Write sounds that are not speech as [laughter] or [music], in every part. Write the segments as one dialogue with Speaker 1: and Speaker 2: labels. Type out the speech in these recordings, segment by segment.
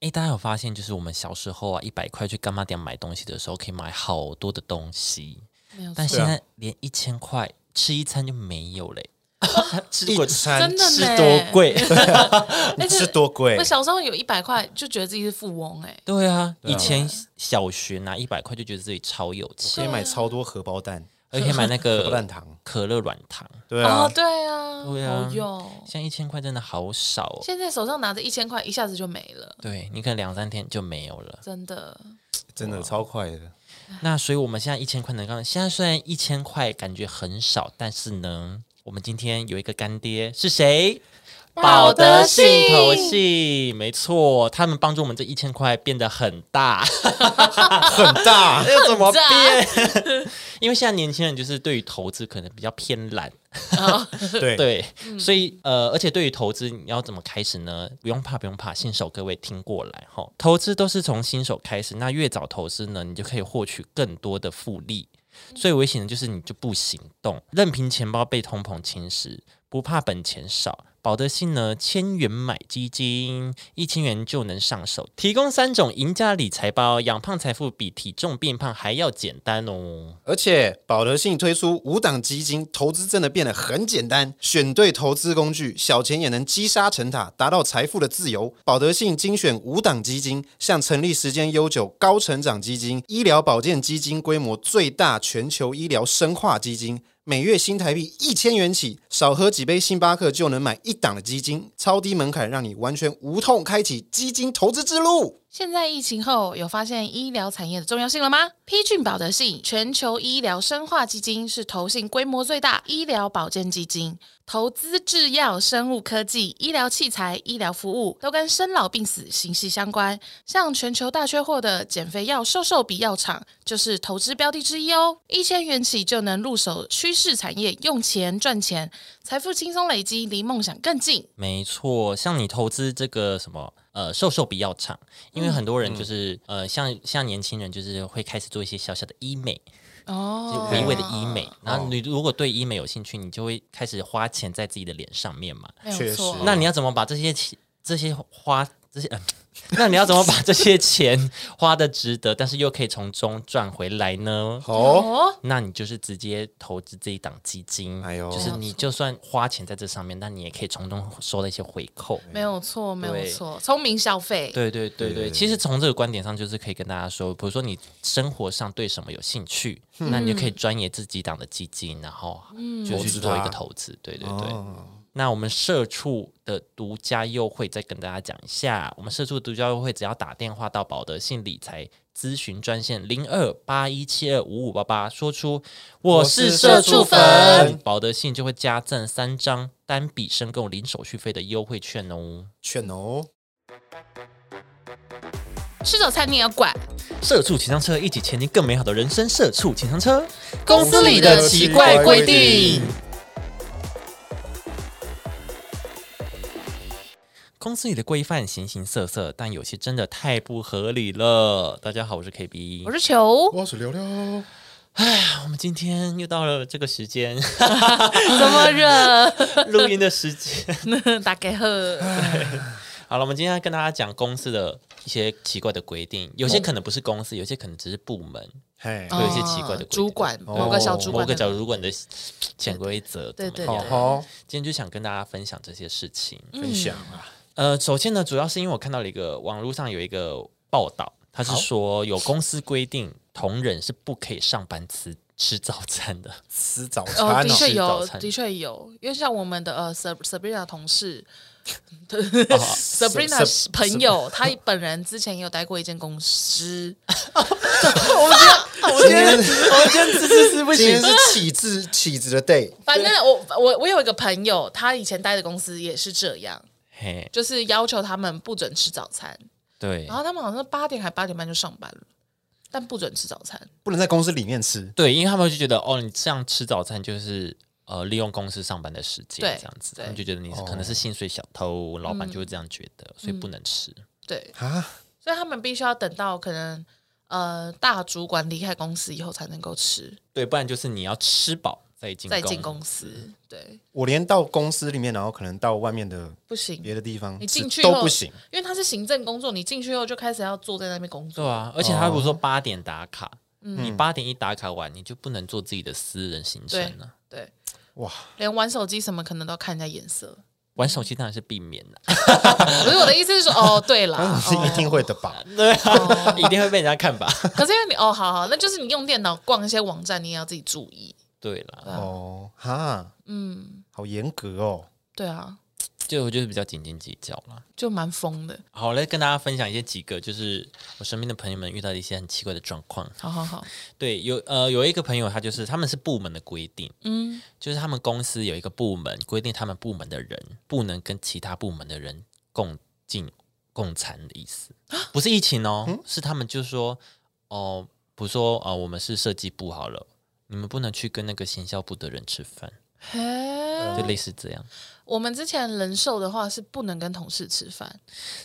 Speaker 1: 哎，大家有发现，就是我们小时候啊，一百块去干妈店买东西的时候，可以买好多的东西，
Speaker 2: 没有错
Speaker 1: 但现
Speaker 3: 啊
Speaker 1: 在连一千块吃一餐就没有嘞。
Speaker 3: 吃一餐
Speaker 2: 真的
Speaker 1: 吃
Speaker 2: 呢
Speaker 1: 多 [laughs] 贵？啊
Speaker 2: 而且
Speaker 3: 吃多贵
Speaker 2: 哎我，小时候有一百块就觉得自己是富翁哎、
Speaker 1: 对啊，
Speaker 3: 对啊
Speaker 1: 以前小学拿一百块就觉得自己超有
Speaker 3: 可以
Speaker 1: 钱，
Speaker 3: 买超多荷包蛋、
Speaker 1: 而且买那
Speaker 3: 荷包蛋
Speaker 1: 个
Speaker 3: 糖。
Speaker 1: 可乐软糖，
Speaker 3: 对啊
Speaker 2: 呃哦，，对啊，
Speaker 1: 对啊
Speaker 2: 好用。
Speaker 1: 现在一千块真的好少哦。
Speaker 2: 现在手上拿着一千块，一下子就没了，
Speaker 1: 对你可能两三天就没有了。
Speaker 2: 真的。
Speaker 3: 真的超
Speaker 2: [laughs]
Speaker 3: 快的。
Speaker 1: 那所以我们现在一千块能干，现在虽然一千块感觉很少，但是呢，我们今天有一个干爹是谁？
Speaker 2: 保德信
Speaker 1: 信投信，没错，他们帮助我们这一千块变得很大，
Speaker 3: 很 [laughs] 大，
Speaker 1: 要怎么
Speaker 2: [laughs] 很大
Speaker 1: 变？因为现在年轻人就是对于投资可能比较偏懒，
Speaker 3: 对
Speaker 1: 对，所以呃，而且对于投资，你要怎么开始呢？不用怕，不用怕，新手各位听过来哈，投资都是从新手开始，那越早投资呢，你就可以获取更多的复利。最危险的就是你就不行动，任凭钱包被通膨侵蚀，不怕本钱少。保德信呢，千元买基金，一千元就能上手，提供三种赢家理财包，养胖财富比体重变胖还要简单哦。
Speaker 3: 而且保德信推出五档基金，投资真的变得很简单，选对投资工具，小钱也能积沙成塔，达到财富的自由。保德信精选五档基金，像成立时间悠久、高成长基金、医疗保健基金规模最大全球医疗生化基金。每月新台币一千元起，少喝几杯星巴克就能买一档的基金，超低门槛，让你完全无痛开启基金投资之路。
Speaker 2: 现在疫情后，有发现医疗产业的重要性了吗？批俊保德信全球医疗生化基金是投信规模最大医疗保健基金，投资制药、生物科技、医疗器材、医疗服务都跟生老病死息息相关。像全球大缺货的减肥药瘦瘦比药厂就是投资标的之一哦。一千元起就能入手趋势产业，用钱赚钱，财富轻松累积，离梦想更近。
Speaker 1: 没错，像你投资这个什么呃瘦瘦比药厂，因为很多
Speaker 3: 嗯
Speaker 1: 人就是、呃像像年轻人就是会开始做一些小小的医美，
Speaker 2: 哦
Speaker 1: 就微微的医美，然
Speaker 3: 哦
Speaker 1: 后你如果对医美有兴趣，你就会开始花钱在自己的脸上面嘛。
Speaker 2: 没有
Speaker 3: 确
Speaker 2: 错
Speaker 3: 实。
Speaker 1: 那你要怎么把这些钱这些花这些？呃 [laughs] 那你要怎么把这些钱花的值得，但是又可以从中赚回来呢？
Speaker 3: 哦，
Speaker 2: 哦，
Speaker 1: 那你就是直接投资这一档基金，
Speaker 3: 哎呦
Speaker 1: 就是你就算花钱在这上面，但你也可以从中收到一些回扣。
Speaker 2: 没有错，没有
Speaker 1: 对
Speaker 2: 错，聪明消费。
Speaker 1: 对对对
Speaker 3: 对
Speaker 1: 对，
Speaker 3: 对
Speaker 1: 其实从这个观点上，就是可以跟大家说，比如说你生活上对什么有兴趣，那你就可以专研自己档的基金，然后就去哦做一个投资。对对对。那我们社畜的独家优惠再跟大家讲一下，我们社畜独家优惠只要打电话到保德信理财咨询专线零二八一七二五五八八，说出我是社畜粉
Speaker 3: 我是社畜粉，
Speaker 1: 保德信就会加赠三张单笔申购零手续费的优惠券哦。
Speaker 3: 劝哦，
Speaker 2: 吃早餐你也要管，
Speaker 1: 社畜情商车，一起前进更美好的人生。社畜情商车，
Speaker 2: 公司里的奇怪规定。
Speaker 1: 公司里的规范形形色色，但有些真的太不合理了。大家好，我是 KB，
Speaker 2: 我是球，
Speaker 3: 我是聊聊，
Speaker 1: 我们今天又到了这个时间， [laughs]
Speaker 2: 怎么热？ [laughs]
Speaker 1: 录音的时间。 [laughs]
Speaker 2: 打给喝，
Speaker 1: 好了，我们今天要跟大家讲公司的一些奇怪的规定，有些可能不是公司，有些可能只是部门，
Speaker 3: 嘿，
Speaker 1: 会有一些奇怪的规定
Speaker 2: 哦主管，某个小主
Speaker 1: 某
Speaker 2: 管
Speaker 1: 个
Speaker 2: 的，
Speaker 1: 角如果你的潜规则
Speaker 2: 对对
Speaker 1: 怎么样
Speaker 2: 对
Speaker 3: 好，
Speaker 1: 今天就想跟大家分享这些事情。
Speaker 2: 嗯
Speaker 3: 分享啊，
Speaker 1: 呃，首先呢，主要是因为我看到了一个网络上有一个报道，他是说有公司规定同仁是不可以上班吃吃早餐
Speaker 2: [laughs]
Speaker 1: 的。
Speaker 3: 吃早
Speaker 2: 哦，
Speaker 3: 餐
Speaker 2: 的
Speaker 3: 哦，
Speaker 2: 确
Speaker 1: 吃早
Speaker 2: 有，
Speaker 1: 餐
Speaker 2: 的确有，因为像我们的呃，Sab- Sabrina 同事
Speaker 3: Sab-
Speaker 2: ，Sabrina
Speaker 3: Sab-
Speaker 2: 朋友，她本人之前也有待过一间公司，
Speaker 3: 今天
Speaker 1: 我今天吃吃吃不
Speaker 3: 今天是起子起子的 day，
Speaker 2: 反正我我我有一个朋友，他以前待的公司也是这样，
Speaker 1: [laughs] 嘿，
Speaker 2: 就是要求他们不准吃早餐，
Speaker 1: 对
Speaker 2: 然后他们好像八点还八点半就上班了，但不准吃早餐。
Speaker 3: 不能在公司里面吃，
Speaker 1: 对，因为他们就觉得哦，你这样吃早餐就是。呃，利用公司上班的时间
Speaker 2: 对
Speaker 1: 这样子，
Speaker 2: 对哦
Speaker 1: 他们就觉得你是可能是薪水小偷，老板就会这样觉得，
Speaker 2: 嗯
Speaker 1: 所以不能吃。
Speaker 2: 对，
Speaker 3: 啊，
Speaker 2: 所以他们必须要等到可能呃大主管离开公司以后才能够吃。
Speaker 1: 对，不然就是你要吃饱再进
Speaker 2: 再进
Speaker 1: 公
Speaker 2: 公司，对，
Speaker 3: 我连到公司里面，然后可能到外面的
Speaker 2: 不行，
Speaker 3: 别的地方，
Speaker 2: 你进去
Speaker 3: 都
Speaker 2: 后
Speaker 3: 不行。
Speaker 2: 因为他是行政工作，你进去后就开始要坐在那边工
Speaker 1: 对
Speaker 2: 作，
Speaker 1: 啊，而且他如
Speaker 2: 哦
Speaker 1: 果说八点打卡，
Speaker 2: 嗯
Speaker 1: 你八点一打卡完，你就不能做自己的私人行程了、
Speaker 2: 对，
Speaker 3: 哇，
Speaker 2: 连玩手机什么可能都要看人家眼色。 [laughs]
Speaker 1: 玩手机当然是避免了，
Speaker 2: 不是我的意思是说，哦，对啦，
Speaker 3: 那是一定会的
Speaker 2: [laughs]
Speaker 3: 吧？
Speaker 1: [laughs] 一定会被人家看吧？
Speaker 2: 哦。可是因为你哦，好好，那就是你用电脑逛一些网站，你也要自己注意。
Speaker 1: 对啦，
Speaker 3: 哦，哈，
Speaker 2: 嗯，
Speaker 3: 好严格哦。
Speaker 2: 对啊，
Speaker 1: 就我就是比较斤斤计较啦。
Speaker 2: 就蛮疯的。
Speaker 1: 好，来跟大家分享一些几个，就是我身边的朋友们遇到的一些很奇怪的状况。
Speaker 2: 好好好，
Speaker 1: 对，有呃有一个朋友，他就是他们是部门的规定，
Speaker 2: 嗯，
Speaker 1: 就是他们公司有一个部门规定，他们部门的人不能跟其他部门的人共进共餐的意思，不是疫情哦，是他们就说哦，不是说哦，我们是设计部好了，你们不能去跟那个行销部的人吃饭，
Speaker 2: 嘿，嗯
Speaker 1: 就类似这样，
Speaker 2: 我们之前人寿的话是不能跟同事吃饭，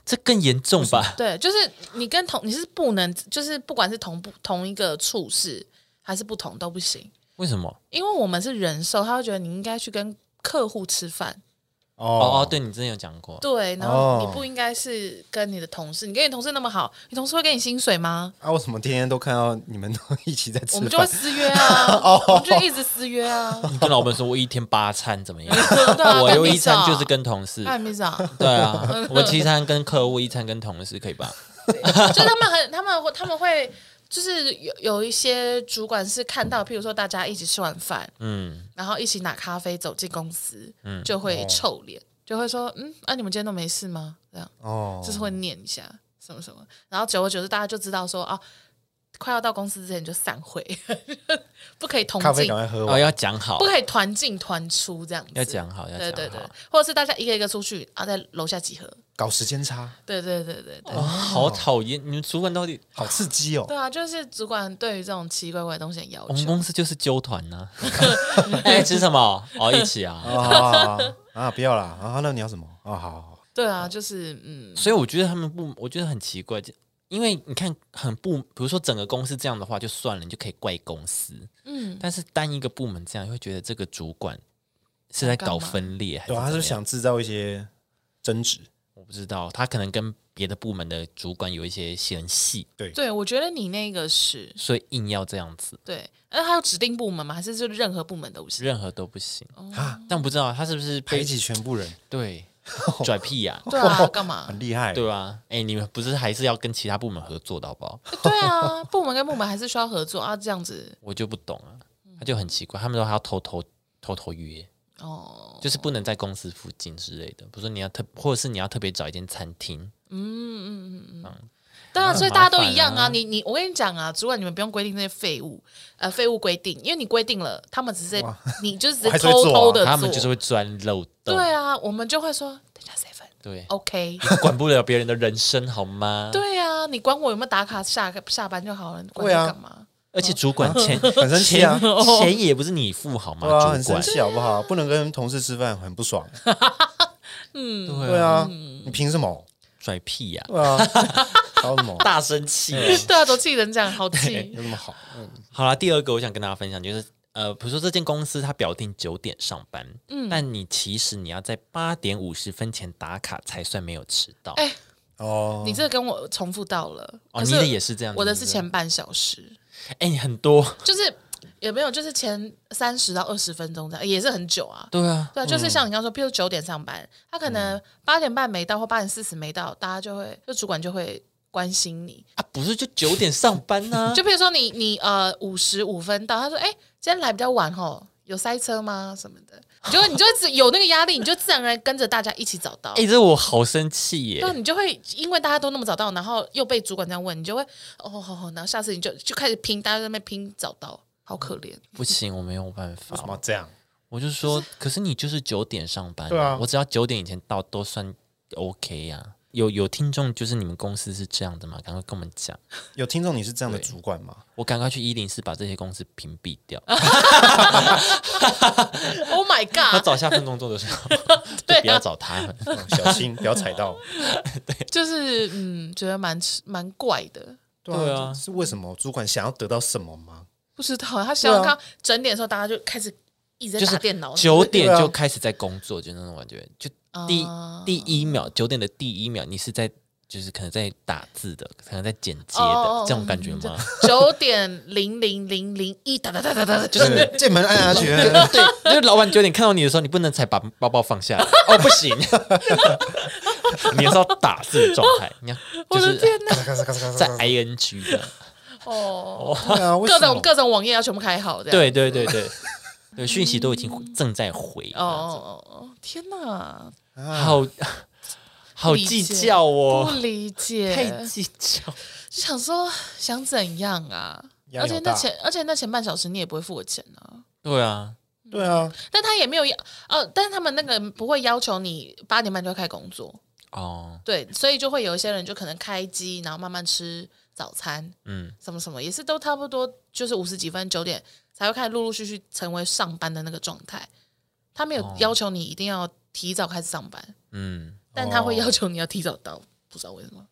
Speaker 1: 这更严重吧？
Speaker 2: 对，就是你跟同你是不能，就是不管是同不同一个处室还是不同都不行，
Speaker 1: 为什么？
Speaker 2: 因为我们是人寿，他会觉得你应该去跟客户吃饭，
Speaker 1: 哦哦，，对你之前有讲过，
Speaker 2: 对，然后
Speaker 3: 哦
Speaker 2: 你不应该是跟你的同事，你跟你同事那么好，你同事会给你薪水吗？
Speaker 3: 啊，我怎么天天都看到你们都一起在
Speaker 2: 我
Speaker 3: 吃
Speaker 2: 们就会
Speaker 3: 饭？哦
Speaker 2: 私约
Speaker 3: [laughs]
Speaker 2: 啊，我们就一直私约啊。 [laughs]
Speaker 1: 你跟老板说我一天八餐怎么样？
Speaker 2: 对啊
Speaker 1: 我
Speaker 2: 干
Speaker 1: 有
Speaker 2: 屁
Speaker 1: 一
Speaker 2: 事啊
Speaker 1: 餐就是跟同事，
Speaker 2: 艾米长，
Speaker 1: 对啊，
Speaker 2: [laughs]
Speaker 1: 我七餐跟客户，一餐跟同事，可以吧？
Speaker 2: 就他们很，他们会，他们会，就是有有一些主管是看到，譬如说大家一起吃完饭，
Speaker 1: 嗯，
Speaker 2: 然后一起拿咖啡走进公司，就会臭脸，就会说，嗯，啊，你们今天都没事吗？这样
Speaker 3: 哦
Speaker 2: 就是会念一下什么什么，然后久而久之，大家就知道说，啊，快要到公司之前就散会， [laughs] 不可以同
Speaker 3: 咖啡
Speaker 2: 进
Speaker 3: 赶，快喝
Speaker 1: 哦，
Speaker 3: 完。
Speaker 1: 要讲好
Speaker 2: 啊不，可以团进团出这样子，
Speaker 1: 要讲好，哦要
Speaker 2: 对对
Speaker 1: 讲
Speaker 2: 对
Speaker 1: 好。，
Speaker 2: 或者是大家一个一个出去，然后在楼下集合。
Speaker 3: 搞时间差，
Speaker 2: 对对对对对，
Speaker 1: 哇，好讨厌！你们主管到底？
Speaker 3: 好刺激哦！
Speaker 2: 对啊，就是主管对于这种奇怪怪的东西很要
Speaker 1: 我们
Speaker 2: 求。
Speaker 1: 公司就是纠团
Speaker 2: [laughs]
Speaker 1: 呐。哎，吃什么？哦，一起啊。
Speaker 3: 啊啊，不要啦！啊，那你要什么？啊，好好好，
Speaker 2: 对啊，就是嗯，
Speaker 1: 所以我觉得他们不，我觉得很奇怪，就因为你看很不，比如说整个公司这样的话就算了，你就可以怪公司。嗯
Speaker 2: 嗯，
Speaker 1: 但是单一个部门这样，会觉得这个主管是在搞分裂，还是
Speaker 3: 对啊，他
Speaker 1: 怎么
Speaker 3: 是
Speaker 1: 样
Speaker 3: 想制造一些争执。
Speaker 1: 我不知道，他可能跟别的部门的主管有一些嫌隙，
Speaker 2: 对，我觉得你那个是
Speaker 1: 所以硬要这样子，
Speaker 2: 对，那还有指定部门吗？还是就是任何部门都行？
Speaker 1: 任何都不行
Speaker 2: 哦
Speaker 3: 啊
Speaker 1: 但不知道他是不是
Speaker 3: 配
Speaker 1: 配
Speaker 3: 起全部人， [laughs]
Speaker 1: 对拽屁呀、
Speaker 2: [laughs]
Speaker 3: 哦
Speaker 2: 对啊，
Speaker 1: [laughs]
Speaker 2: 干嘛
Speaker 3: 很？厉害。
Speaker 1: 对吧？哎，你们不是还是要跟其他部门合作的好不好？
Speaker 2: [laughs] 对啊，部门跟部门还是需要合作啊，这样子
Speaker 1: 我就不懂啊，
Speaker 2: 嗯
Speaker 1: 他就很奇怪，他们都还要偷偷偷偷约，
Speaker 2: 哦，
Speaker 1: 就是不能在公司附近之类的。比如说你要特，或者是你要特别找一间餐厅，
Speaker 2: 对啊，所以大家都一样
Speaker 1: 麻烦啊
Speaker 2: 啊。你你我跟你讲啊，主管你们不用规定那些废物，呃，废物规定，因为你规定了，他们只是你就
Speaker 1: [laughs]
Speaker 2: 只
Speaker 3: 我还
Speaker 2: 是
Speaker 3: 是会
Speaker 2: 偷
Speaker 3: 做啊
Speaker 2: 偷的
Speaker 1: 他们就是会钻漏洞。
Speaker 2: 对啊，我们就会说等一下 seven，OK。
Speaker 1: 对，
Speaker 2: OK
Speaker 1: [laughs] 管不了别人的人生好吗？
Speaker 2: 对啊，你管我有没有打卡下下班就好了，你管
Speaker 3: 对啊
Speaker 2: 我干嘛？
Speaker 1: 而且主管钱
Speaker 3: 很生气啊
Speaker 1: 钱钱也不是你付好吗？
Speaker 3: 对啊，很
Speaker 1: 主管
Speaker 3: 生气好不好？不能跟同事吃饭，很不爽。
Speaker 1: 对
Speaker 3: 对
Speaker 1: 啊，
Speaker 3: 啊，你凭什么？
Speaker 1: 拽屁呀、
Speaker 3: 对啊，搞什么？
Speaker 1: 大生气。 [laughs]
Speaker 2: [laughs] 对啊，都气成这样，哎好气
Speaker 3: 有什么好？
Speaker 1: 好啦，第二个我想跟大家分享就是，呃，比如说这间公司它表定九点上班，嗯，但你其实你要在八点五十分前打卡才算没有迟到。
Speaker 2: 哎
Speaker 3: 哦，
Speaker 2: 你这个跟我重复到了，
Speaker 1: 哦，
Speaker 2: 可
Speaker 1: 你
Speaker 2: 是
Speaker 1: 的也是这样子，
Speaker 2: 我的
Speaker 1: 对
Speaker 2: 是
Speaker 1: 不对，
Speaker 2: 前半小时，
Speaker 1: 哎、你很多，
Speaker 2: 就是也没有，就是前三十到二十分钟这样，也是很久啊。
Speaker 1: 对啊，
Speaker 2: 对啊，就是像你刚刚说，譬如九点上班，他可能八点半没到或八点四十没到，大家就会就主管就会关心你。
Speaker 1: 啊，不是就九点上班啊呢、
Speaker 2: [laughs] 就譬如说你你呃五十五分到，他说哎、今天来比较晚吼，有塞车吗什么的，你就会你就会自有那个压力，你就自然而然跟着大家一起找到。
Speaker 1: 哎、这我好生气耶
Speaker 2: 对，！啊你就会因为大家都那么早到，然后又被主管这样问，你就会哦，好好，然后下次你就就开始拼，大家在那边拼找到，好可怜。
Speaker 1: 不行，我没有办
Speaker 3: 为什么
Speaker 1: 法。
Speaker 3: 这样？
Speaker 1: 我就说，可是你就是九点上班、
Speaker 3: 对啊
Speaker 1: 我只要九点以前到都算 OK 呀、有有听众就是你们公司是这样的吗？赶快跟我们讲。
Speaker 3: 有听众你是这样的主管吗？
Speaker 1: 我赶快去一零四把这些公司屏蔽掉。
Speaker 2: 啊 Oh my
Speaker 1: 他
Speaker 2: god！
Speaker 1: [laughs] 找下份工作的时候，
Speaker 2: [laughs] 对
Speaker 1: [laughs] 就
Speaker 2: 啊
Speaker 1: 不要找他们。
Speaker 3: 嗯小心不要踩到。
Speaker 2: 就是嗯，觉得蛮蛮怪的，
Speaker 1: 对啊
Speaker 3: 是为什么主管想要得到什么吗？
Speaker 2: 不知道他希望
Speaker 3: 对啊
Speaker 2: 他整点的时候，大家就开始一直
Speaker 1: 就
Speaker 2: 在打
Speaker 1: 是
Speaker 2: 电脑，
Speaker 1: 九点
Speaker 3: 对啊
Speaker 1: 就开始在工作，就那种感觉，就第、
Speaker 2: 哦
Speaker 1: 第一秒九点的第一秒，你是在就是可能在打字的，可能在剪接的、
Speaker 2: 哦哦哦
Speaker 1: 这种感觉吗？
Speaker 2: [laughs] 九点零零零零一，哒哒哒哒哒，就
Speaker 3: 就是是键盘按下去，
Speaker 1: 对，就是老板九点看到你的时候，你不能才把包包放
Speaker 2: [laughs]
Speaker 1: 下来，哦，不行，你是要打字的状态，你
Speaker 2: [laughs]
Speaker 1: 要
Speaker 2: 我
Speaker 1: 就
Speaker 2: 的
Speaker 1: 是
Speaker 2: 天哪！
Speaker 3: 咔嚓咔嚓咔嚓咔嚓
Speaker 1: 在 ing 的，
Speaker 2: 哦，
Speaker 3: 对啊，为
Speaker 2: 各
Speaker 3: 什么
Speaker 2: 种各种网页要全部开好，这样。
Speaker 1: 对对对对对，讯息都已经正在回，
Speaker 2: 哦哦哦哦，天哪，
Speaker 1: 好好
Speaker 2: 理解
Speaker 1: 计较
Speaker 2: 不
Speaker 1: 哦，
Speaker 2: 理
Speaker 1: 太
Speaker 2: 解，
Speaker 1: 计较，
Speaker 2: 就想说想怎样啊？
Speaker 3: 压
Speaker 2: 而
Speaker 3: 力
Speaker 2: 且
Speaker 3: 好
Speaker 2: 那
Speaker 3: 大
Speaker 2: 前，而且那前半小时你也不会付我钱啊。
Speaker 1: 对啊，
Speaker 3: 对啊，
Speaker 2: 但他也没有要，呃，但是他们那个不会要求你八点半就要开工作，
Speaker 1: 哦，
Speaker 2: 对，所以就会有一些人就可能开机，然后慢慢吃早餐，
Speaker 1: 嗯，
Speaker 2: 什么什么，也是都差不多，就是五十几分九点才会开始陆陆续续成为上班的那个状态。他没有要求你一定要提早开始上班，
Speaker 1: 嗯，
Speaker 2: 但他会要求你要提早到，不知道为什么。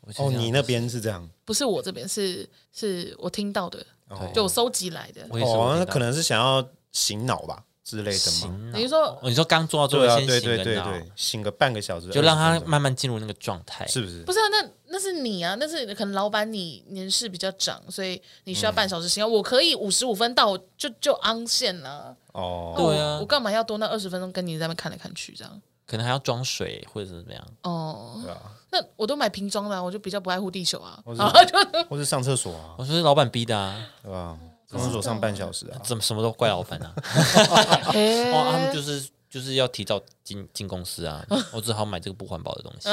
Speaker 1: 我是
Speaker 3: 哦，
Speaker 1: 这样
Speaker 3: 你那边是这样，
Speaker 2: 不是我这边，是是我听到的，
Speaker 3: 哦
Speaker 2: 就我收集来的。
Speaker 1: 我也是我
Speaker 3: 哦，
Speaker 1: 听
Speaker 3: 那
Speaker 1: 到
Speaker 3: 可能是想要醒脑吧之类的嘛，
Speaker 1: 行啊
Speaker 2: 等于说，
Speaker 1: 哦你说刚做到最
Speaker 3: 对
Speaker 1: 后
Speaker 3: 啊，
Speaker 1: 先
Speaker 3: 对
Speaker 1: 醒
Speaker 3: 对
Speaker 1: 个
Speaker 3: 对
Speaker 1: 脑，
Speaker 3: 对，醒个半个小时，
Speaker 1: 就让
Speaker 3: 20
Speaker 1: 他
Speaker 3: 分钟
Speaker 1: 慢慢进入那个状态，
Speaker 3: 是不是
Speaker 2: 不？是啊，那那是你啊，那是可能老板你年事比较长，所以你需要半小时醒。我可以五十五分到，我就就 on 线了。
Speaker 3: 哦，
Speaker 1: 对啊
Speaker 2: 我干嘛要多那二十分钟跟你在那边看来看去这样？
Speaker 1: 可能还要装水或者是怎么样，
Speaker 2: 哦，
Speaker 3: 对啊，
Speaker 2: 那我都买瓶装的啊、我就比较不爱护地球啊。
Speaker 3: 是
Speaker 2: 然
Speaker 1: [laughs]
Speaker 2: 后 [laughs]
Speaker 1: 哦
Speaker 2: 就
Speaker 3: 或是上厕所啊，
Speaker 1: 我说是老板逼的啊，
Speaker 3: 对吧？上厕所上半小时啊，
Speaker 1: 怎么什么都怪老板
Speaker 2: [laughs]
Speaker 1: 啊，
Speaker 2: 哎
Speaker 1: 哦，他们就是就是要提早进进公司
Speaker 2: [laughs]
Speaker 1: 啊，我只好买这个不环保的东西，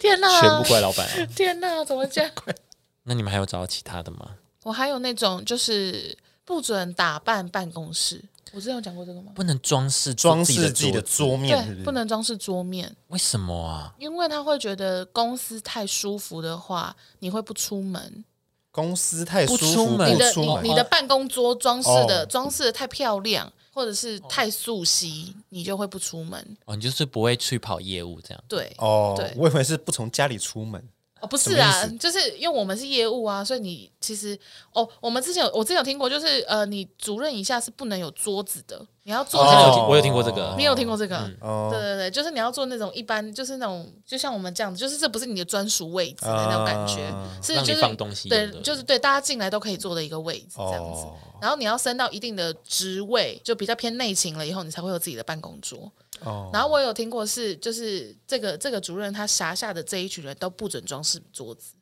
Speaker 2: 天哪，
Speaker 1: 全部怪老板啊。
Speaker 2: 天哪，怎么这样？ [laughs]
Speaker 1: 那你们还有找到其他的吗？
Speaker 2: 我还有那种就是不准打扮办公室，我之前有讲过这个吗？
Speaker 1: 不能装饰
Speaker 3: 装饰自己的
Speaker 1: 桌子，
Speaker 3: 桌面是
Speaker 2: 对，
Speaker 3: 不
Speaker 2: 不
Speaker 3: 是？
Speaker 2: 能装饰桌面，
Speaker 1: 为什么啊？
Speaker 2: 因为他会觉得公司太舒服的话，你会不出门。
Speaker 3: 公司太舒
Speaker 1: 不出
Speaker 3: 服，
Speaker 1: 门哦
Speaker 2: 你
Speaker 3: 不
Speaker 2: 的
Speaker 3: 出
Speaker 2: 你你
Speaker 3: 门，
Speaker 2: 的办公桌装饰的、
Speaker 3: 哦
Speaker 2: 装饰的太漂亮，或者是太素汐，你就会不出门。
Speaker 1: 哦，你就是不会去跑业务这样，
Speaker 2: 对，
Speaker 3: 哦
Speaker 2: 对，
Speaker 3: 我以为是不从家里出门，
Speaker 2: 哦，不是
Speaker 3: 什
Speaker 2: 啊
Speaker 3: 么意，
Speaker 2: 就是因为我们是业务啊，所以你其实哦，我们之前有我之前有听过，就是呃，你主任以下是不能有桌子的，你要做
Speaker 1: 我
Speaker 2: 那
Speaker 1: 真的有
Speaker 2: 种。
Speaker 1: 听，我有听过这个
Speaker 2: 你，有听过这个？
Speaker 1: 嗯
Speaker 2: 对
Speaker 3: 哦，
Speaker 2: 对对，就是你要做那种一般，就是那种就像我们这样子，就是这不是你的专属位置的那种感觉，
Speaker 3: 啊
Speaker 2: 是
Speaker 1: 让
Speaker 2: 就
Speaker 1: 你
Speaker 2: 是
Speaker 1: 放东西
Speaker 2: 对
Speaker 1: 用的，
Speaker 2: 就是对大家进来都可以坐的一个位置这样子。
Speaker 3: 哦
Speaker 2: 然后你要升到一定的职位，就比较偏内勤了以后，你才会有自己的办公桌。
Speaker 3: 哦，
Speaker 2: 然后我有听过是，就是这个这个主任他辖下的这一群人都不准装饰桌子，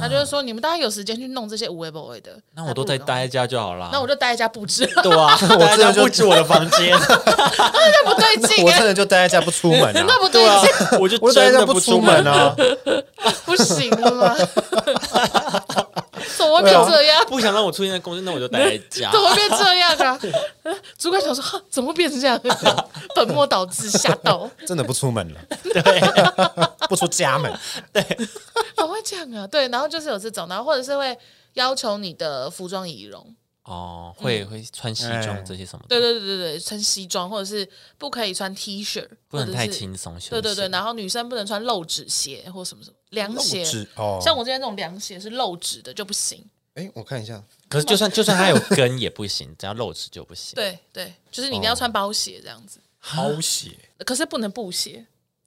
Speaker 2: 他就是说你们大家有时间去弄这些无为不为的，
Speaker 1: 那我都在啊
Speaker 2: 还不如弄
Speaker 1: 待在家就好啦。
Speaker 2: 那我就待在家布置， [laughs]
Speaker 1: 对啊，我
Speaker 3: 真的就
Speaker 1: 布置我的房间，
Speaker 2: 那不对劲
Speaker 3: 我
Speaker 2: 哎、
Speaker 3: 真的就待在家不出门啊，
Speaker 2: 那不对劲，
Speaker 1: 我就
Speaker 3: 我就
Speaker 1: 真
Speaker 3: 待在家
Speaker 1: 的
Speaker 3: 不
Speaker 1: 出
Speaker 3: 出
Speaker 1: 门
Speaker 3: 门，
Speaker 2: [laughs]
Speaker 3: 啊，
Speaker 2: 不行了吗？ [laughs] 怎么会变这样？
Speaker 1: 不想让我出现在公司，那我就待在 [laughs]
Speaker 2: [laughs]
Speaker 1: 家
Speaker 2: 怎。么会变这样啊？ [laughs] 主管想说，哈怎么会变成这样？ [laughs] 本末倒置，吓到！
Speaker 3: 真的不出门了，对， [laughs] 不出家门，
Speaker 2: 怎么会这样啊？对，然后就是有这种，然后或者是会要求你的服装仪容，
Speaker 1: 哦，会会穿西
Speaker 3: 哎
Speaker 1: 装这些什么的，
Speaker 2: 对对对对对，穿西装或者是不可以穿 T 恤，
Speaker 1: 不能
Speaker 2: 或者
Speaker 1: 太
Speaker 2: 是
Speaker 1: 轻松休
Speaker 2: 对对对，
Speaker 1: 闲
Speaker 2: 然后女生不能穿露趾鞋或什么什么凉鞋，
Speaker 3: 露趾哦
Speaker 2: 像我今天这种凉鞋是露趾的就不行。
Speaker 3: 哎，我看一下，
Speaker 1: 可是就算就算它有跟也不行， [laughs] 只要露齿就不行。
Speaker 2: 对对，就是你一定要穿包鞋这样子，
Speaker 3: 包鞋
Speaker 2: 可是不能布鞋。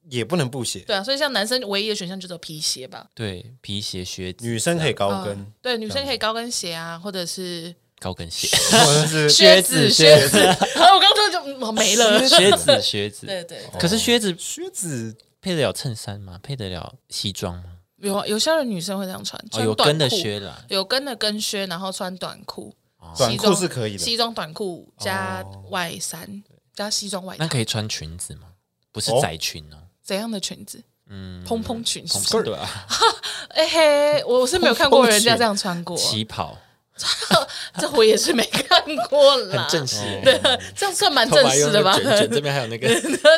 Speaker 3: 也不能布鞋，
Speaker 2: 对啊，所以像男生唯一的选项就只有皮鞋吧。
Speaker 1: 对，皮鞋、靴子、
Speaker 3: 女生可以高
Speaker 2: 嗯
Speaker 3: 跟，
Speaker 2: 对，女生可以高跟鞋啊，或者是
Speaker 1: 高跟鞋、
Speaker 3: 或者是
Speaker 2: 靴
Speaker 1: 子
Speaker 2: 靴
Speaker 1: 靴
Speaker 2: 子。然后我刚刚说就嗯 [laughs] 没了。
Speaker 1: 靴
Speaker 2: [laughs]
Speaker 1: 子、靴
Speaker 2: 对
Speaker 1: 子。哦
Speaker 2: 对，对
Speaker 1: 可是靴子
Speaker 3: 靴子
Speaker 1: 配得了衬衫吗？配得了西装吗？
Speaker 2: 有啊有些人女生会这样穿，
Speaker 1: 哦，
Speaker 2: 穿
Speaker 1: 有
Speaker 2: 短
Speaker 1: 跟的
Speaker 2: 裤
Speaker 1: 靴啦。
Speaker 2: 有跟的跟靴，然后穿短裤，
Speaker 3: 短
Speaker 1: 哦
Speaker 2: 西
Speaker 3: 裤
Speaker 2: 装
Speaker 3: 是可以的
Speaker 2: 西，装短裤加外衫加西装外
Speaker 1: 那
Speaker 2: 套，
Speaker 1: 可以穿裙子吗？不是
Speaker 3: 哦
Speaker 1: 窄裙哦。
Speaker 2: 怎样的裙子？嗯，蓬蓬裙是吗。
Speaker 1: 是对啊，
Speaker 2: 哎嘿，我是没有看过人家这样穿过，
Speaker 1: 旗袍
Speaker 2: [laughs] 这我也是没看过啦
Speaker 1: 很。正式，
Speaker 2: [laughs] 对，这样算蛮正式的吧
Speaker 1: 哦头？发用那个卷卷这边还有
Speaker 2: [laughs]
Speaker 1: 那个，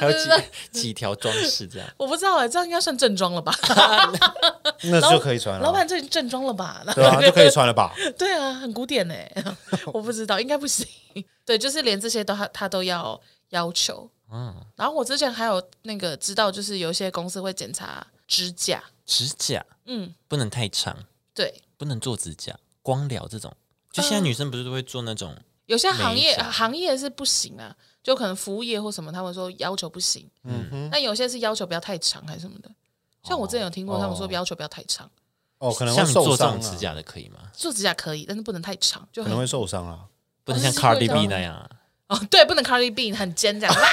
Speaker 1: 还有几几条装饰这样。
Speaker 2: 我不知道哎，这样应该算正装了
Speaker 1: [laughs]
Speaker 2: 吧？
Speaker 3: 那就可以穿
Speaker 2: 老
Speaker 3: 了，
Speaker 2: 板，这已经正装了吧？
Speaker 3: 对
Speaker 2: [laughs]
Speaker 3: 啊，就可以穿
Speaker 1: [laughs]
Speaker 3: 了吧？
Speaker 2: 对啊，很古典呢。 [laughs] 我不知道，应该不行。 [laughs] 对，就是连这些都他他都要要求。
Speaker 3: 啊
Speaker 1: 嗯，
Speaker 2: 然后我之前还有那个知道，就是有一些公司会检查指甲，
Speaker 1: 指甲
Speaker 2: 嗯，
Speaker 1: 不能太长，
Speaker 2: 对，嗯
Speaker 1: 不能做指甲，光疗这种。就现在女生不是都会做那种
Speaker 2: 有些行业
Speaker 1: 没啥
Speaker 2: 行业是不行啊，就可能服务业或什么，他们说要求不行。
Speaker 3: 嗯哼，
Speaker 2: 但有些是要求不要太长还是什么的。像我之前有听过，他们说要求不要太长，
Speaker 3: 哦，可能会
Speaker 1: 像你做
Speaker 3: 受
Speaker 1: 这
Speaker 3: 伤
Speaker 1: 种指
Speaker 3: 啊，
Speaker 1: 甲的可以吗？
Speaker 2: 做指甲可以，但是不能太长，就
Speaker 3: 可
Speaker 2: 很
Speaker 3: 能会受伤啊。
Speaker 1: 不能像
Speaker 2: 是会
Speaker 1: Cardi
Speaker 2: 这样
Speaker 1: B 那样啊，
Speaker 2: [laughs] 哦，对，不能 Cardi B 很尖
Speaker 3: [laughs]
Speaker 2: 这样，
Speaker 3: 哦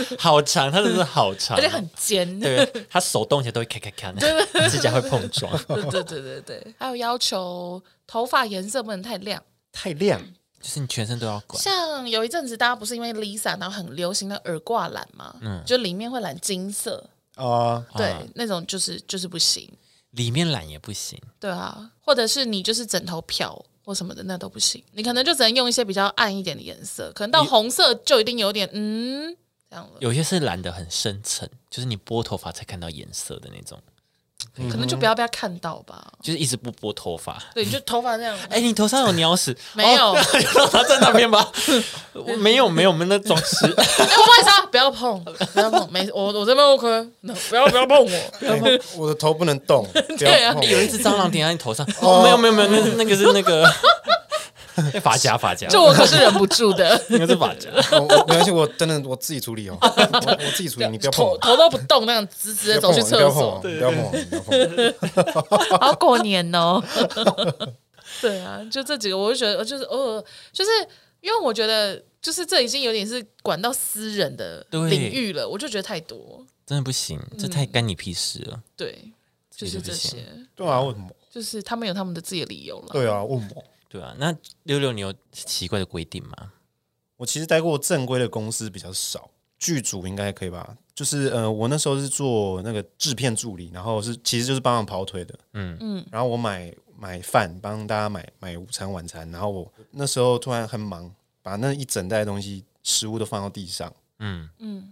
Speaker 2: 哇
Speaker 1: 好长，它真的是好长，
Speaker 2: [laughs] 而且很尖。对
Speaker 1: 对，它手动起来都会咔咔咔的，指甲会碰撞。
Speaker 2: [laughs] 对对对对，还有要求头发颜色不能太亮。
Speaker 3: 太亮，
Speaker 1: 就是你全身都要管，
Speaker 2: 像有一阵子，大家不是因为 Lisa 然后很流行的耳挂染嘛，就里面会染金色，
Speaker 3: 啊，
Speaker 2: 对，
Speaker 1: 啊
Speaker 2: 那种就是就是不行，
Speaker 1: 里面染也不行。
Speaker 2: 对啊，或者是你就是枕头漂或什么的，那都不行，你可能就只能用一些比较暗一点的颜色，可能到红色就一定有点嗯这样了，
Speaker 1: 有些是染得很深沉，就是你拨头发才看到颜色的那种，
Speaker 2: 可能就不要被他看到吧，
Speaker 1: 就是一直不拨头发。
Speaker 2: 对，你就头发这样。
Speaker 1: 哎，你头上有鸟屎？
Speaker 2: [laughs] 没有
Speaker 1: 哦 [laughs] 你让它在那边
Speaker 2: [laughs]
Speaker 1: 吧。我没有，没有，我们那种屎。
Speaker 2: 哎、我不好意思啊，不要碰，不要碰，没我我这边 OK，no，不 [laughs] 要不要碰我。 [laughs]
Speaker 3: 哎我的头不能动，不
Speaker 2: 对啊
Speaker 3: 要碰
Speaker 1: 有一只蟑螂顶在你
Speaker 2: [laughs]
Speaker 1: 头上。哦，没有，没有，没有，那那个是那个
Speaker 2: [laughs]
Speaker 1: 那发夹，发夹，
Speaker 2: 这我可是忍不住的，
Speaker 1: 那个是发
Speaker 2: [laughs]
Speaker 1: 夹。
Speaker 3: 我哦我没关系，我等等我自己处理哦，我我自己处理，你不要碰
Speaker 2: 头
Speaker 3: 我，
Speaker 2: 头都不动，那样直直 [laughs] 的走去厕所，
Speaker 3: 你不要碰我，你不要碰我，你不要碰我。
Speaker 2: 好过年哦。对啊，就这几个，我就觉得，就是偶尔，就是因为我觉得，就是这已经有点是管到私人的
Speaker 1: 对
Speaker 2: 领域了，我就觉得太多。
Speaker 1: 真的不行，这太干你屁事了。
Speaker 2: 对，
Speaker 1: 这
Speaker 2: 就
Speaker 1: 个
Speaker 2: 是这
Speaker 1: 就不行
Speaker 2: 些，
Speaker 3: 对啊，为什么？
Speaker 2: 就是他们有他们的自己的理由了。
Speaker 3: 对啊，为什么？
Speaker 1: 对啊，那六六你有奇怪的规定吗？
Speaker 3: 我其实待过正规的公司比较少，剧组应该可以吧？就是呃，我那时候是做那个制片助理，然后是其实就是帮忙跑腿的，嗯嗯，然后我买买饭，帮大家买买午餐晚餐，然后我那时候突然很忙，把那一整袋东西食物都放到地上，
Speaker 1: 嗯，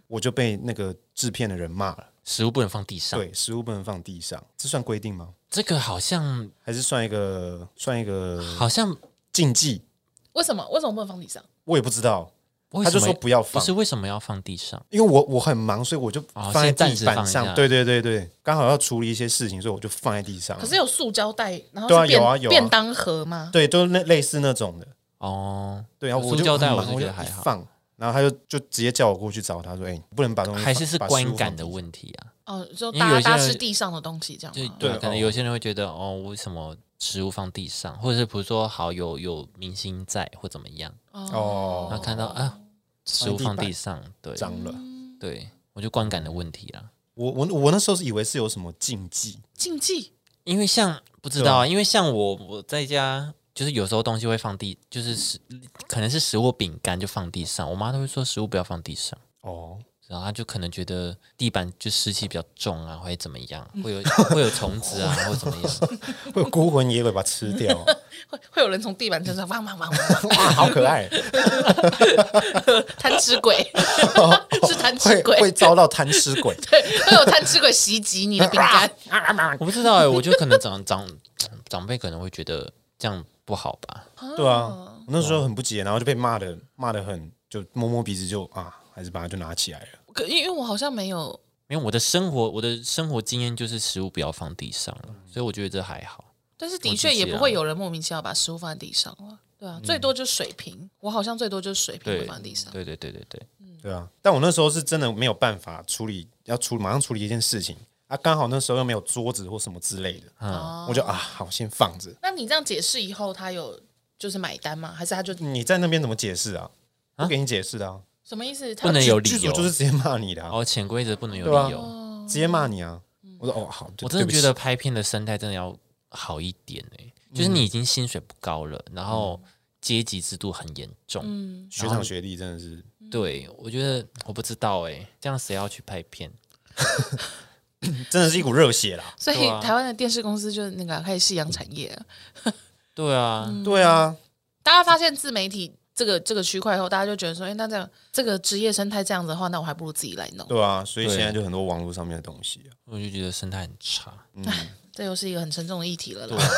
Speaker 3: 我就被那个制片的人骂了，
Speaker 1: 食物不能放地上。
Speaker 3: 对，食物不能放地上，这算规定吗？
Speaker 1: 这个好像
Speaker 3: 还是算一个算一个
Speaker 1: 好像
Speaker 3: 禁忌？
Speaker 2: 为什么？为什么不能放地上？
Speaker 3: 我也不知道，
Speaker 1: 为
Speaker 3: 他就
Speaker 1: 什么
Speaker 3: 说不要
Speaker 1: 不
Speaker 3: 放
Speaker 1: 是，为什么要放地上？
Speaker 3: 因为我我很忙，所以我就
Speaker 1: 哦
Speaker 3: 放在
Speaker 1: 先暂
Speaker 3: 地
Speaker 1: 时
Speaker 3: 板
Speaker 1: 放一
Speaker 3: 上。
Speaker 1: 下
Speaker 3: 对对对对，刚好要处理一些事情，所以我就放在地
Speaker 1: 哦
Speaker 3: 上。
Speaker 2: 可是有塑胶袋，然后
Speaker 3: 对啊
Speaker 2: 是便、
Speaker 3: 有啊有啊
Speaker 2: 便当盒吗？
Speaker 3: 对，都那类似那种的。
Speaker 1: 哦，
Speaker 3: 对啊，我
Speaker 1: 塑
Speaker 3: 就
Speaker 1: 胶袋
Speaker 3: 很
Speaker 1: 我
Speaker 3: 忙
Speaker 1: 是
Speaker 3: 我
Speaker 1: 觉
Speaker 3: 就
Speaker 1: 得还
Speaker 3: 一
Speaker 1: 好，
Speaker 3: 放，然后他就就直接叫我过去找他说：“哎、你不能把东西放
Speaker 1: 还是是
Speaker 3: 把食
Speaker 1: 观
Speaker 3: 物
Speaker 1: 感
Speaker 3: 放
Speaker 1: 的问题啊。
Speaker 2: 哦，就
Speaker 1: 因为有
Speaker 2: 搭
Speaker 1: 些
Speaker 2: 搭
Speaker 1: 人
Speaker 2: 是地上的东西这样
Speaker 1: 就
Speaker 2: 吗？
Speaker 1: 对啊，
Speaker 3: 对
Speaker 1: 可能
Speaker 3: 哦
Speaker 1: 有些人会觉得哦，为什么食物放地上，或者是比如说好有有明星在或怎么样，那
Speaker 3: 哦，
Speaker 1: 看到啊食物放地上，对
Speaker 3: 脏了。
Speaker 1: 对，我就观感的问题啊啦。
Speaker 3: 我我我那时候是以为是有什么禁忌，
Speaker 2: 禁忌
Speaker 1: 因为像不知道啊，因为像我我在家，就是有时候东西会放地，就是食可能是食物饼干就放地上，我妈都会说食物不要放地上，
Speaker 3: 哦， [laughs]
Speaker 1: 然后她就可能觉得地板就湿气比较重啊，或者怎么样，会
Speaker 2: [laughs]
Speaker 1: 有会有虫子啊，或者怎么样，
Speaker 3: 会有孤魂野鬼把它吃掉，
Speaker 1: [laughs]
Speaker 2: 会会有人从地板身上汪汪汪汪
Speaker 3: 哇，好
Speaker 1: [laughs]
Speaker 3: 可爱！
Speaker 2: 贪吃鬼，是贪吃
Speaker 3: 会
Speaker 2: 鬼，
Speaker 3: 会遭到贪吃
Speaker 1: [laughs]
Speaker 3: 鬼，
Speaker 2: 对，会有贪吃鬼袭击你的饼干。
Speaker 1: 啊我不知道哎、我就可能长长长辈可能会觉得这样不好吧，
Speaker 3: 对啊，
Speaker 1: 哦
Speaker 3: 我那时候很不解，然后就被骂的骂的很，就摸摸鼻子就啊，还是把它就拿起来了。
Speaker 2: 可因为我好像没有，
Speaker 1: 因为我的生活我的生活经验就是食物不要放地上了，所以我觉得这还好。
Speaker 2: 但是的确也不会有人莫名其妙把食物放在地上了。对啊，最多就是水瓶，我好像最多就是水瓶
Speaker 1: 对
Speaker 2: 会放在地上。
Speaker 1: 嗯对对对对对，
Speaker 3: 对啊，但我那时候是真的没有办法处理，要处马上处理一件事情啊，刚好那时候又没有桌子或什么之类的，
Speaker 1: 嗯
Speaker 3: 我就啊，好，先放着。
Speaker 2: 那你这样解释以后，他有就是买单吗？还是他就
Speaker 3: 你在那边怎么解释啊？我给你解释的啊，
Speaker 2: 什么意思？他
Speaker 1: 不能有理
Speaker 3: 剧
Speaker 1: 由
Speaker 3: 组，就是直接骂你的、啊，
Speaker 1: 哦，潜规则不能有
Speaker 3: 对啊
Speaker 1: 理由。
Speaker 3: 直接骂你啊。我说哦，好，对
Speaker 1: 我真的
Speaker 3: 对不
Speaker 1: 觉
Speaker 3: 起嗯
Speaker 1: 得拍片的生态真的要好一点哎、就是你已经薪水不高了，然后阶级制度很严重，
Speaker 2: 嗯，
Speaker 3: 学长学弟真的是
Speaker 1: 对我觉得我不知道哎、这样谁要去拍片？
Speaker 3: 真的是一股热血啦。
Speaker 2: 所以
Speaker 1: 对啊
Speaker 2: 台湾的电视公司就是那个开始夕阳产业了。
Speaker 1: 对啊，
Speaker 2: 嗯
Speaker 3: 对啊，
Speaker 2: 大家发现自媒体这个这个区块后，大家就觉得说，哎、那这样这个职业生态这样子的话，那我还不如自己来弄。
Speaker 3: 对啊，所以
Speaker 1: 对
Speaker 3: 现在就很多网络上面的东西、啊，
Speaker 1: 我就觉得生态很差，
Speaker 2: 这又是一个很沉重的议题
Speaker 1: 啊
Speaker 2: 了啦。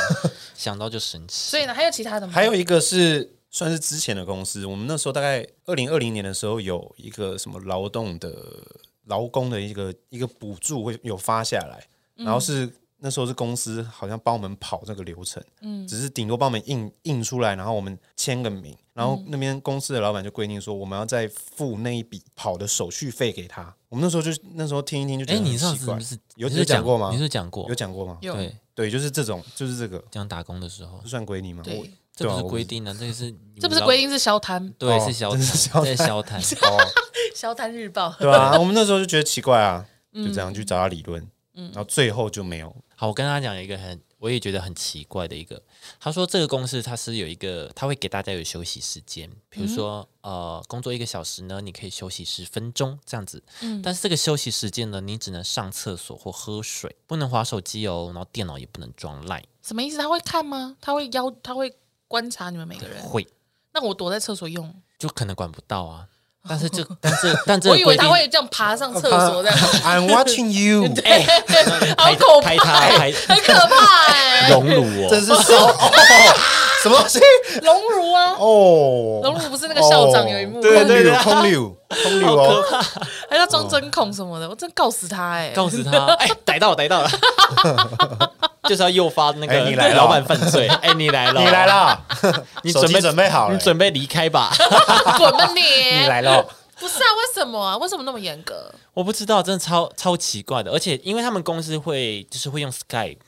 Speaker 1: 想到就生气。
Speaker 2: 所以呢，还有其他的吗？
Speaker 3: 还有一个是算是之前的公司，我们那时候大概二零二零年的时候有一个什么
Speaker 1: 嗯
Speaker 3: 劳动的劳工的一个一个补助会有发下来，然后是那时候是公司好像帮我们跑这个流程，嗯，只是顶多帮我们印印出来，然后我们签个
Speaker 1: 嗯
Speaker 3: 名，然后那边公司的老板就规定说我们要再付那一笔跑的手续费给他。我们那时候就那时候听一听就觉
Speaker 1: 哎，
Speaker 3: 得
Speaker 1: 你上
Speaker 3: 很
Speaker 1: 次
Speaker 3: 奇
Speaker 1: 是
Speaker 3: 怪
Speaker 1: 不，是
Speaker 3: 有
Speaker 1: 你
Speaker 3: 有
Speaker 1: 是
Speaker 3: 讲过吗
Speaker 1: 你是讲过
Speaker 3: 有，讲过吗？
Speaker 2: 有
Speaker 1: 对，
Speaker 3: 对，就是这种，就是这个，
Speaker 1: 这样打工的时候
Speaker 3: 这，算归你吗？
Speaker 2: 对
Speaker 3: 我
Speaker 1: 这
Speaker 3: 对啊
Speaker 1: 不是
Speaker 3: 我
Speaker 1: 规定啊，这个是你
Speaker 2: 这
Speaker 1: 们
Speaker 2: 不是
Speaker 1: 老
Speaker 2: 规，定是
Speaker 1: [laughs]
Speaker 2: 消摊，
Speaker 1: 对，
Speaker 3: 哦
Speaker 1: 是消
Speaker 3: 真是消
Speaker 1: 谈，这是消谈。
Speaker 3: 哦，
Speaker 2: 消摊日报。
Speaker 3: [laughs] 对啊，我们那时候就觉得奇怪啊，就
Speaker 2: 嗯
Speaker 3: 这样去找他理论，然后最后就没有，
Speaker 1: 好，我跟他讲一个很，我也觉得很奇怪的一个，他说这个公司它是有一个，他会给大家有休息时间，比
Speaker 2: 嗯
Speaker 1: 如说、呃，工作一个小时呢，你可以休息十分钟这样子，
Speaker 2: 嗯
Speaker 1: 但是这个休息时间呢，你只能上厕所或喝水，不能划手机哦，然后电脑也不能装 Line，
Speaker 2: 什么意思？他会看吗？他会邀？他会观察你们每个人？
Speaker 1: 会
Speaker 2: 那我躲在厕所用，
Speaker 1: 就可能管不到啊。但是这，
Speaker 2: [laughs]
Speaker 1: 但是，但这
Speaker 2: 我
Speaker 1: 个
Speaker 2: 以
Speaker 1: 规
Speaker 2: 为他
Speaker 1: 定
Speaker 2: 会这样爬上厕所这样，
Speaker 3: I'm watching
Speaker 2: [laughs]
Speaker 3: you，
Speaker 2: 好
Speaker 1: 拍
Speaker 2: 可
Speaker 1: 拍
Speaker 2: 怕，
Speaker 1: 他
Speaker 2: [laughs]
Speaker 1: 拍
Speaker 2: 很可怕哎、
Speaker 1: 荣辱
Speaker 3: 这
Speaker 1: 哦，
Speaker 3: 是
Speaker 2: [laughs]
Speaker 3: 烧哦，什么东西
Speaker 2: 荣辱啊，
Speaker 3: 哦？
Speaker 2: 荣辱不是那个校长有一幕，
Speaker 3: 哦对对对，
Speaker 1: 空
Speaker 3: 空流空流哦，
Speaker 2: 还要装针孔什么的，我真告死他哎、
Speaker 1: 告诉他，哎，逮到了逮到了， [laughs] 就是要诱发那
Speaker 3: 哎
Speaker 1: 个
Speaker 3: 你来了
Speaker 1: 老板犯罪，哎，你来了，
Speaker 3: 你来啦，
Speaker 1: 你
Speaker 3: 手
Speaker 1: 准
Speaker 3: 机
Speaker 1: 备
Speaker 3: 准备好了
Speaker 1: 你准备离开吧？
Speaker 2: [laughs] 滚吧你！
Speaker 3: [laughs] 你来了，
Speaker 2: 不是啊？为什么啊？为什么那么严格？
Speaker 1: [laughs] 我不知道，真的超超奇怪的。而且因为他们公司会就是会用 Skype，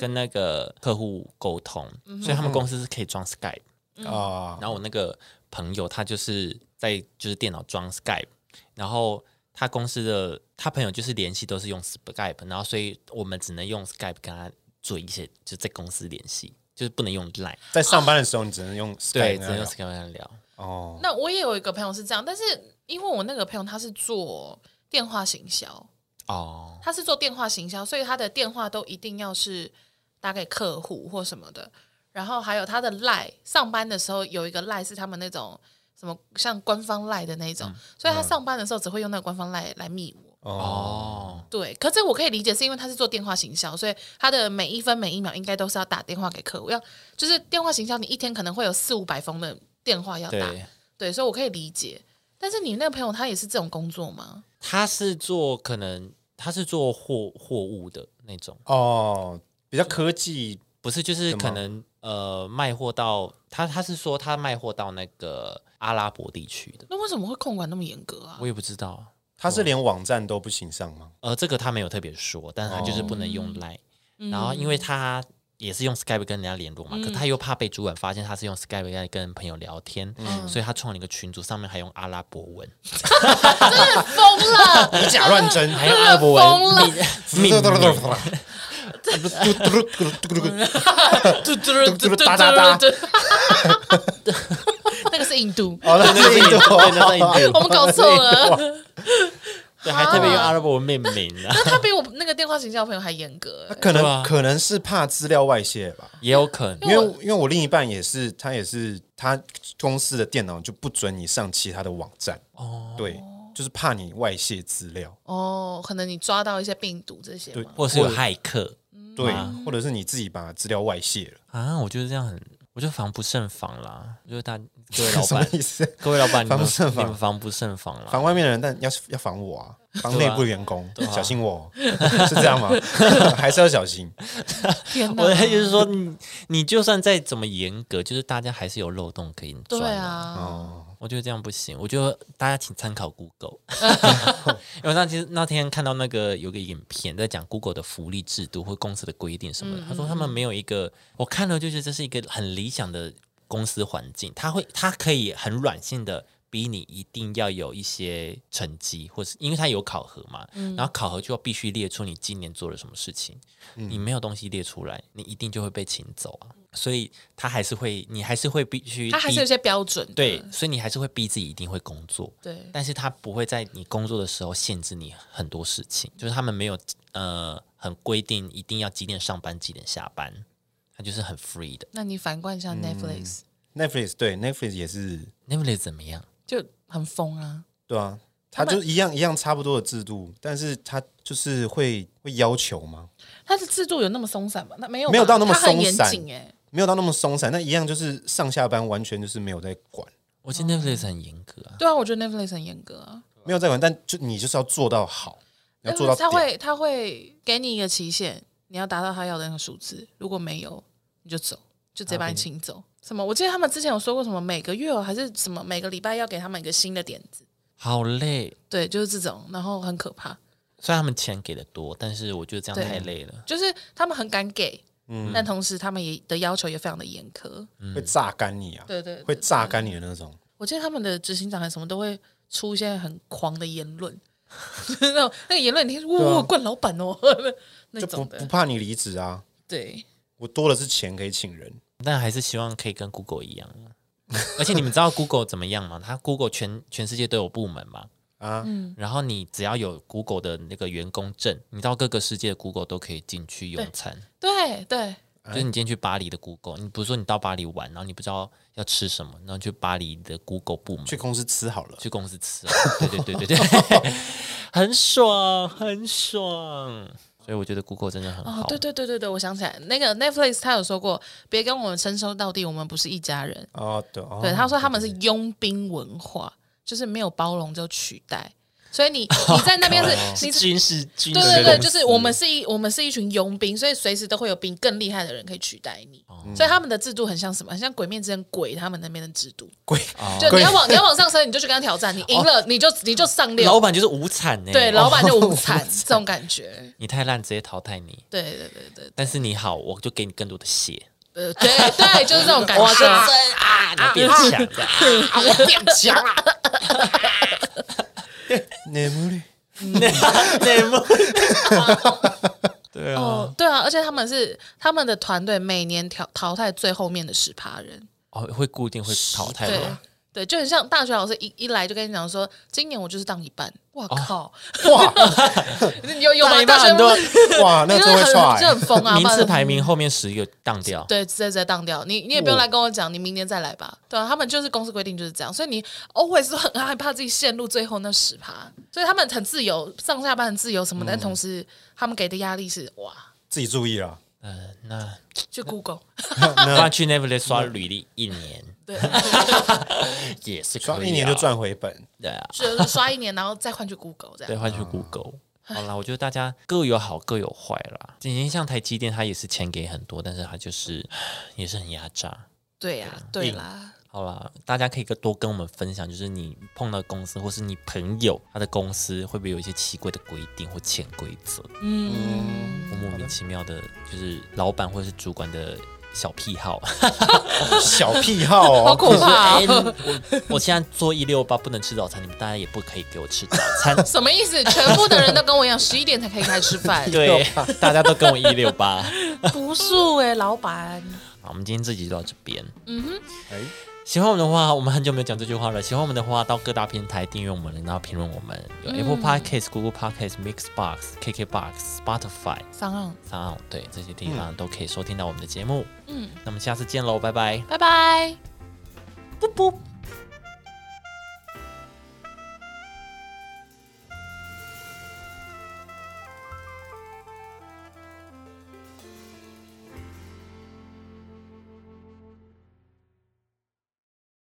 Speaker 1: 跟
Speaker 2: 嗯
Speaker 1: 那个客户沟通，所以他们公司是可以装 Skype。
Speaker 3: 啊，
Speaker 2: 嗯
Speaker 1: 然后我那个朋友他就是在就是电脑装 Skype，然后他公司的他朋友就是联系都是用 Skype，然后所以我们只能用 Skype 跟他做一些就在公司联系，就是不能用 Line，
Speaker 3: 在上班的时候你只能用 Skype
Speaker 1: 对，只
Speaker 3: 那
Speaker 1: 能
Speaker 3: 样
Speaker 1: 用 Skype 跟他聊。
Speaker 3: 哦，
Speaker 2: 那我也有一个朋友是这样，但是因为我那个朋友他是做电话行销，
Speaker 1: 哦，
Speaker 2: 他是做电话行销，所以他的电话都一定要是打给客户或什么的。然后还有他的赖，上班的时候有一个赖是他们那种什么像官方赖的那种，所以他上班的时候只会用那个官方赖来密我。
Speaker 1: 哦，
Speaker 2: 对，可这我可以理解，是因为他是做电话行销，所以他的每一分每一秒应该都是要打电话给客户，要就是电话行销，你一天可能会有四五百封的电话要打，
Speaker 1: 对。
Speaker 2: 对，所以我可以理解。但是你那个朋友他也是这种工作吗？
Speaker 1: 他是做可能他是做货货物的那种，
Speaker 3: 哦，比较科技
Speaker 1: 不是就是
Speaker 3: 什么
Speaker 1: 可能呃卖货到他他是说他卖货到那个阿拉伯地区的，
Speaker 2: 那为什么会控管那么严格啊
Speaker 1: 我？也不知道啊，
Speaker 3: 它是连网站都不行上吗？
Speaker 1: 呃这个他没有特别说，但是他就是不能
Speaker 3: 哦
Speaker 1: 用 Line，、然
Speaker 2: 嗯
Speaker 1: 后因为他。也是用 Skype 跟人家联络嘛，可他又怕被主管发现他是用 Skype 在跟朋友聊天，
Speaker 3: 嗯
Speaker 1: 所以他创了一个群组，上面还用阿拉伯文，
Speaker 3: [laughs]
Speaker 2: 啊疯
Speaker 1: [laughs]
Speaker 2: 了！
Speaker 3: 以假
Speaker 2: [laughs]
Speaker 3: 乱真，
Speaker 1: 还用阿拉伯
Speaker 2: 疯了
Speaker 1: 文，命命名
Speaker 2: [laughs]
Speaker 1: [laughs]
Speaker 2: 嘟嘟嘟嘟嘟
Speaker 3: 哒哒哒
Speaker 2: 嘟， [laughs] 那个是印度，
Speaker 3: [laughs] 哦，那是印度哦
Speaker 1: 对，那在 [laughs] 印
Speaker 2: 我
Speaker 1: 度，
Speaker 2: 们搞错了。
Speaker 1: 对，还特别用阿拉伯文命名啊，
Speaker 2: 那他比我那个电话行销朋友还严格欸，
Speaker 3: 可
Speaker 1: 对
Speaker 3: 能
Speaker 1: 啊
Speaker 3: 可能是怕资料外泄吧。
Speaker 1: 也有可能
Speaker 3: 因。为因为我另一半也是，他也是他公司的电脑就不准你上其他的网站哦，对，就是怕你外泄资料，
Speaker 2: 哦，可能你抓到一些病毒这些
Speaker 3: 对
Speaker 2: 嘛，
Speaker 1: 或是有骇客
Speaker 3: 对，或者是你自己把资料外泄了，
Speaker 1: 啊，我觉得这样很，我觉得防不胜防啦。我觉得大各位老
Speaker 3: 什么
Speaker 1: 板，
Speaker 3: 意思？
Speaker 1: 各位老板，你
Speaker 3: 防不
Speaker 1: 们
Speaker 3: 胜
Speaker 1: 你
Speaker 3: 防
Speaker 1: 们防不胜防啦。
Speaker 3: 防外面的人，但要要防我啊，防
Speaker 1: 对
Speaker 3: 内
Speaker 1: 啊
Speaker 3: 部员工，小心我， [laughs] 是这样吗？还是要小心？
Speaker 2: 天哪
Speaker 1: 我！的意思是说，你你就算再怎么严格，就是大家还是有漏洞可以钻。
Speaker 2: 对，啊，
Speaker 3: 哦，
Speaker 1: 我觉得这样不行。我觉得大家请参考
Speaker 2: [laughs]
Speaker 1: Google，因为那天那天看到那个有个影片在讲 Google 的福利制度或公司的规定什么的，他说
Speaker 2: 嗯
Speaker 1: 他们没有一个，我看了就觉得这是一个很理想的公司环境，他会他可以很软性的。逼你一定要有一些成绩，或是因为他有考核嘛，
Speaker 2: 嗯
Speaker 1: 然后考核就要必须列出你今年做了什么事情，
Speaker 2: 嗯
Speaker 1: 你没有东西列出来，你一定就会被请走啊。所以他还是会，你还是会必须逼，
Speaker 2: 他还是有一些标准的。
Speaker 1: 对，所以你还是会逼自己一定会工作，
Speaker 2: 对，
Speaker 1: 但是他不会在你工作的时候限制你很多事情，就是他们没有呃很规定一定要几点上班几点下班，他就是很 free 的。
Speaker 2: 那你反观一下
Speaker 1: 嗯
Speaker 2: Netflix，
Speaker 3: Netflix 对 Netflix 也是，
Speaker 1: 那不 y 怎么样？
Speaker 2: 就很疯啊。
Speaker 3: 对啊，他就一样一样差不多的制度，但是他就是会会要求吗？
Speaker 2: 他的制度有那么松散吗？那没有吧，
Speaker 3: 没有到那么
Speaker 2: 他很
Speaker 3: 松
Speaker 2: 严
Speaker 3: 散
Speaker 2: 谨哎。
Speaker 3: 没有到那么松散，那一样就是上下班完全就是没有在管，
Speaker 1: 我觉得 Netflix 很严格啊，
Speaker 2: 对啊，我觉得 Netflix 很严格啊。
Speaker 3: 没有在管，但就你就是要做到好，你要做到
Speaker 2: Netflix 他
Speaker 3: 点
Speaker 2: 会他会给你一个期限，你要达到他要的那个数字，如果没有，你就走，就直接把你请走。什么？我记得他们之前有说过什么，每个月、哦、还是什么，每个礼拜要给他们一个新的点子，
Speaker 1: 好累。
Speaker 2: 对，就是这种，然后很可怕，
Speaker 1: 虽然他们钱给的多，但是我觉得这样
Speaker 2: 对
Speaker 1: 太累了。
Speaker 2: 就是他们很敢给，
Speaker 3: 嗯
Speaker 2: 但同时他们也的要求也非常的严苛，
Speaker 1: 嗯
Speaker 3: 会榨干你啊，
Speaker 2: 对对对
Speaker 3: 会榨干你的那种。
Speaker 2: 我记得他们的执行长还什么都会出一些很狂的言论， [laughs] 就是那种那个言论，你听，哇、惯老板哦，那
Speaker 3: 就不
Speaker 2: 种
Speaker 3: 不
Speaker 2: 的，
Speaker 3: 怕你离职啊，
Speaker 2: 对，
Speaker 3: 我多的是钱可以请人。
Speaker 1: 但还是希望可以跟 Google 一样啊。 [laughs] 而且你们知道 Google 怎么样吗？它 Google 全全世界都有部门嘛。
Speaker 3: 啊，
Speaker 1: 然后你只要有 Google 的那个员工证，你到各个世界的 Google 都可以进去用餐。
Speaker 2: 对对，
Speaker 3: 哎
Speaker 1: 就是你今天去巴黎的 Google，你比如说你到巴黎玩，然后你不知道要吃什么，然后你去巴黎的 Google 部门
Speaker 3: 去公司吃好了。
Speaker 1: 去公司吃、啊， [laughs] 对对对对
Speaker 3: [laughs]
Speaker 1: 对，很爽很爽。所以我觉得 Google 真的很
Speaker 2: 哦
Speaker 1: 好，，
Speaker 2: 对对对对对，我想起来，那个 Netflix 他有说过，别跟我们称兄道弟，我们不是一家人。
Speaker 1: 嗯
Speaker 3: 哦，对，哦
Speaker 2: 对，他说他们是佣兵文化，就是没有包容就取代，所以你你在那边是你。
Speaker 1: 军事军事
Speaker 2: 对对
Speaker 1: 公
Speaker 2: 对，
Speaker 1: 司
Speaker 2: 就是我们是一我们是一群佣兵，所以随时都会有比你更厉害的人可以取代你。
Speaker 1: 哦
Speaker 2: 所以他们的制度很像什么？很像鬼面之刃鬼他们那边的制度，
Speaker 3: 鬼，
Speaker 1: 啊哦
Speaker 2: 就你
Speaker 3: 鬼
Speaker 2: 要往你要往上升，你就去跟他挑战，你赢了你就你就上
Speaker 1: 老
Speaker 2: 六，
Speaker 1: 板哦就是无产呢、欸
Speaker 2: 对，老板就
Speaker 1: [laughs]
Speaker 2: 无惨这种感觉。
Speaker 1: 你太烂，直接淘汰你。
Speaker 2: 对对对对，
Speaker 1: 但是你好，我就给你更多的血，
Speaker 2: 呃，对对，哎就是这种感觉。
Speaker 1: 啊，你变强了，
Speaker 2: [laughs]
Speaker 1: 啊，我变强了。
Speaker 3: 内幕率
Speaker 1: 内幕，对啊，
Speaker 2: 哦，对啊，而且他们是他们的团队每年淘淘汰最后面的十趴人，
Speaker 1: 哦，会固定会淘汰
Speaker 2: 对
Speaker 1: 吗？
Speaker 2: 对，就很像大学老师一一来就跟你讲说，今年我就是当一半，哇
Speaker 1: 哦
Speaker 2: 靠，
Speaker 3: [laughs] 哇
Speaker 2: 有有
Speaker 1: 大
Speaker 2: 吗？
Speaker 1: 一半
Speaker 2: 大学
Speaker 1: 很多
Speaker 2: 你 [laughs]
Speaker 3: 哇，那
Speaker 2: 就
Speaker 3: 真会
Speaker 2: 是很就
Speaker 3: 踹，
Speaker 2: 很疯啊，
Speaker 1: [laughs] 名
Speaker 2: 不
Speaker 1: 次
Speaker 2: 然
Speaker 1: 排名后面十个当掉，
Speaker 2: 对，直接直接当掉你，你也不
Speaker 1: 哦
Speaker 2: 用来跟我讲，你明年再来吧。对啊，他们就是公司规定就是这样，所以你 always 都很害怕自己陷入最后那十趴，所以他们很自由，上下班很自由什么的，
Speaker 1: 嗯
Speaker 2: 但同时他们给的压力是哇，
Speaker 3: 自己注意啊啦。
Speaker 1: 嗯，那
Speaker 2: 去 Google
Speaker 3: 嗯
Speaker 1: 不然去 Netflix 刷履历一年 [laughs]
Speaker 2: 对。
Speaker 1: 也是可以啊
Speaker 3: 刷一年就，赚回本，
Speaker 1: 对啊，
Speaker 2: 就是刷一年，然后再换去 Google 这
Speaker 1: 对，
Speaker 2: 样。
Speaker 1: 换
Speaker 3: 嗯
Speaker 1: 去 Google。好啦，我觉得大家各有好各有坏啦。今天像台积电，它也是钱给很多，但是它就是也是很压榨。
Speaker 2: 对呀、对啦，
Speaker 1: 好啦，大家可以多跟我们分享，就是你碰到公司或是你朋友他的公司会不会有一些奇怪的规定或潜规则，
Speaker 2: 嗯，
Speaker 1: 或莫名其妙的，就是老板或是主管的小癖好。 [laughs]
Speaker 3: 小癖好
Speaker 2: 好
Speaker 3: 哦，
Speaker 2: 可怕、
Speaker 1: 哎 [laughs] 我我现在做一六八不能吃早餐，你们大家也不可以给我吃早 [laughs] 餐。，
Speaker 2: 哦什么意思？全部的人都跟我一样，十一点才可以开始吃饭
Speaker 1: [laughs] 对，大家都跟我一六八。
Speaker 2: 不数哎、老板。
Speaker 1: 好，我们今天这集就到这边。
Speaker 3: 哎，
Speaker 1: 喜欢我们的话，我们很久没有讲这句话了。喜欢我们的话，到各大平台订阅我们，然后评论我们。有 Apple Podcast、Google Podcast、Mixbox、KKBox、Spotify、
Speaker 2: 上岸，
Speaker 1: Sound，对这些地方都可以收听到我们的节目。嗯，那我们下次见喽，拜拜。
Speaker 2: 拜拜，啵啵。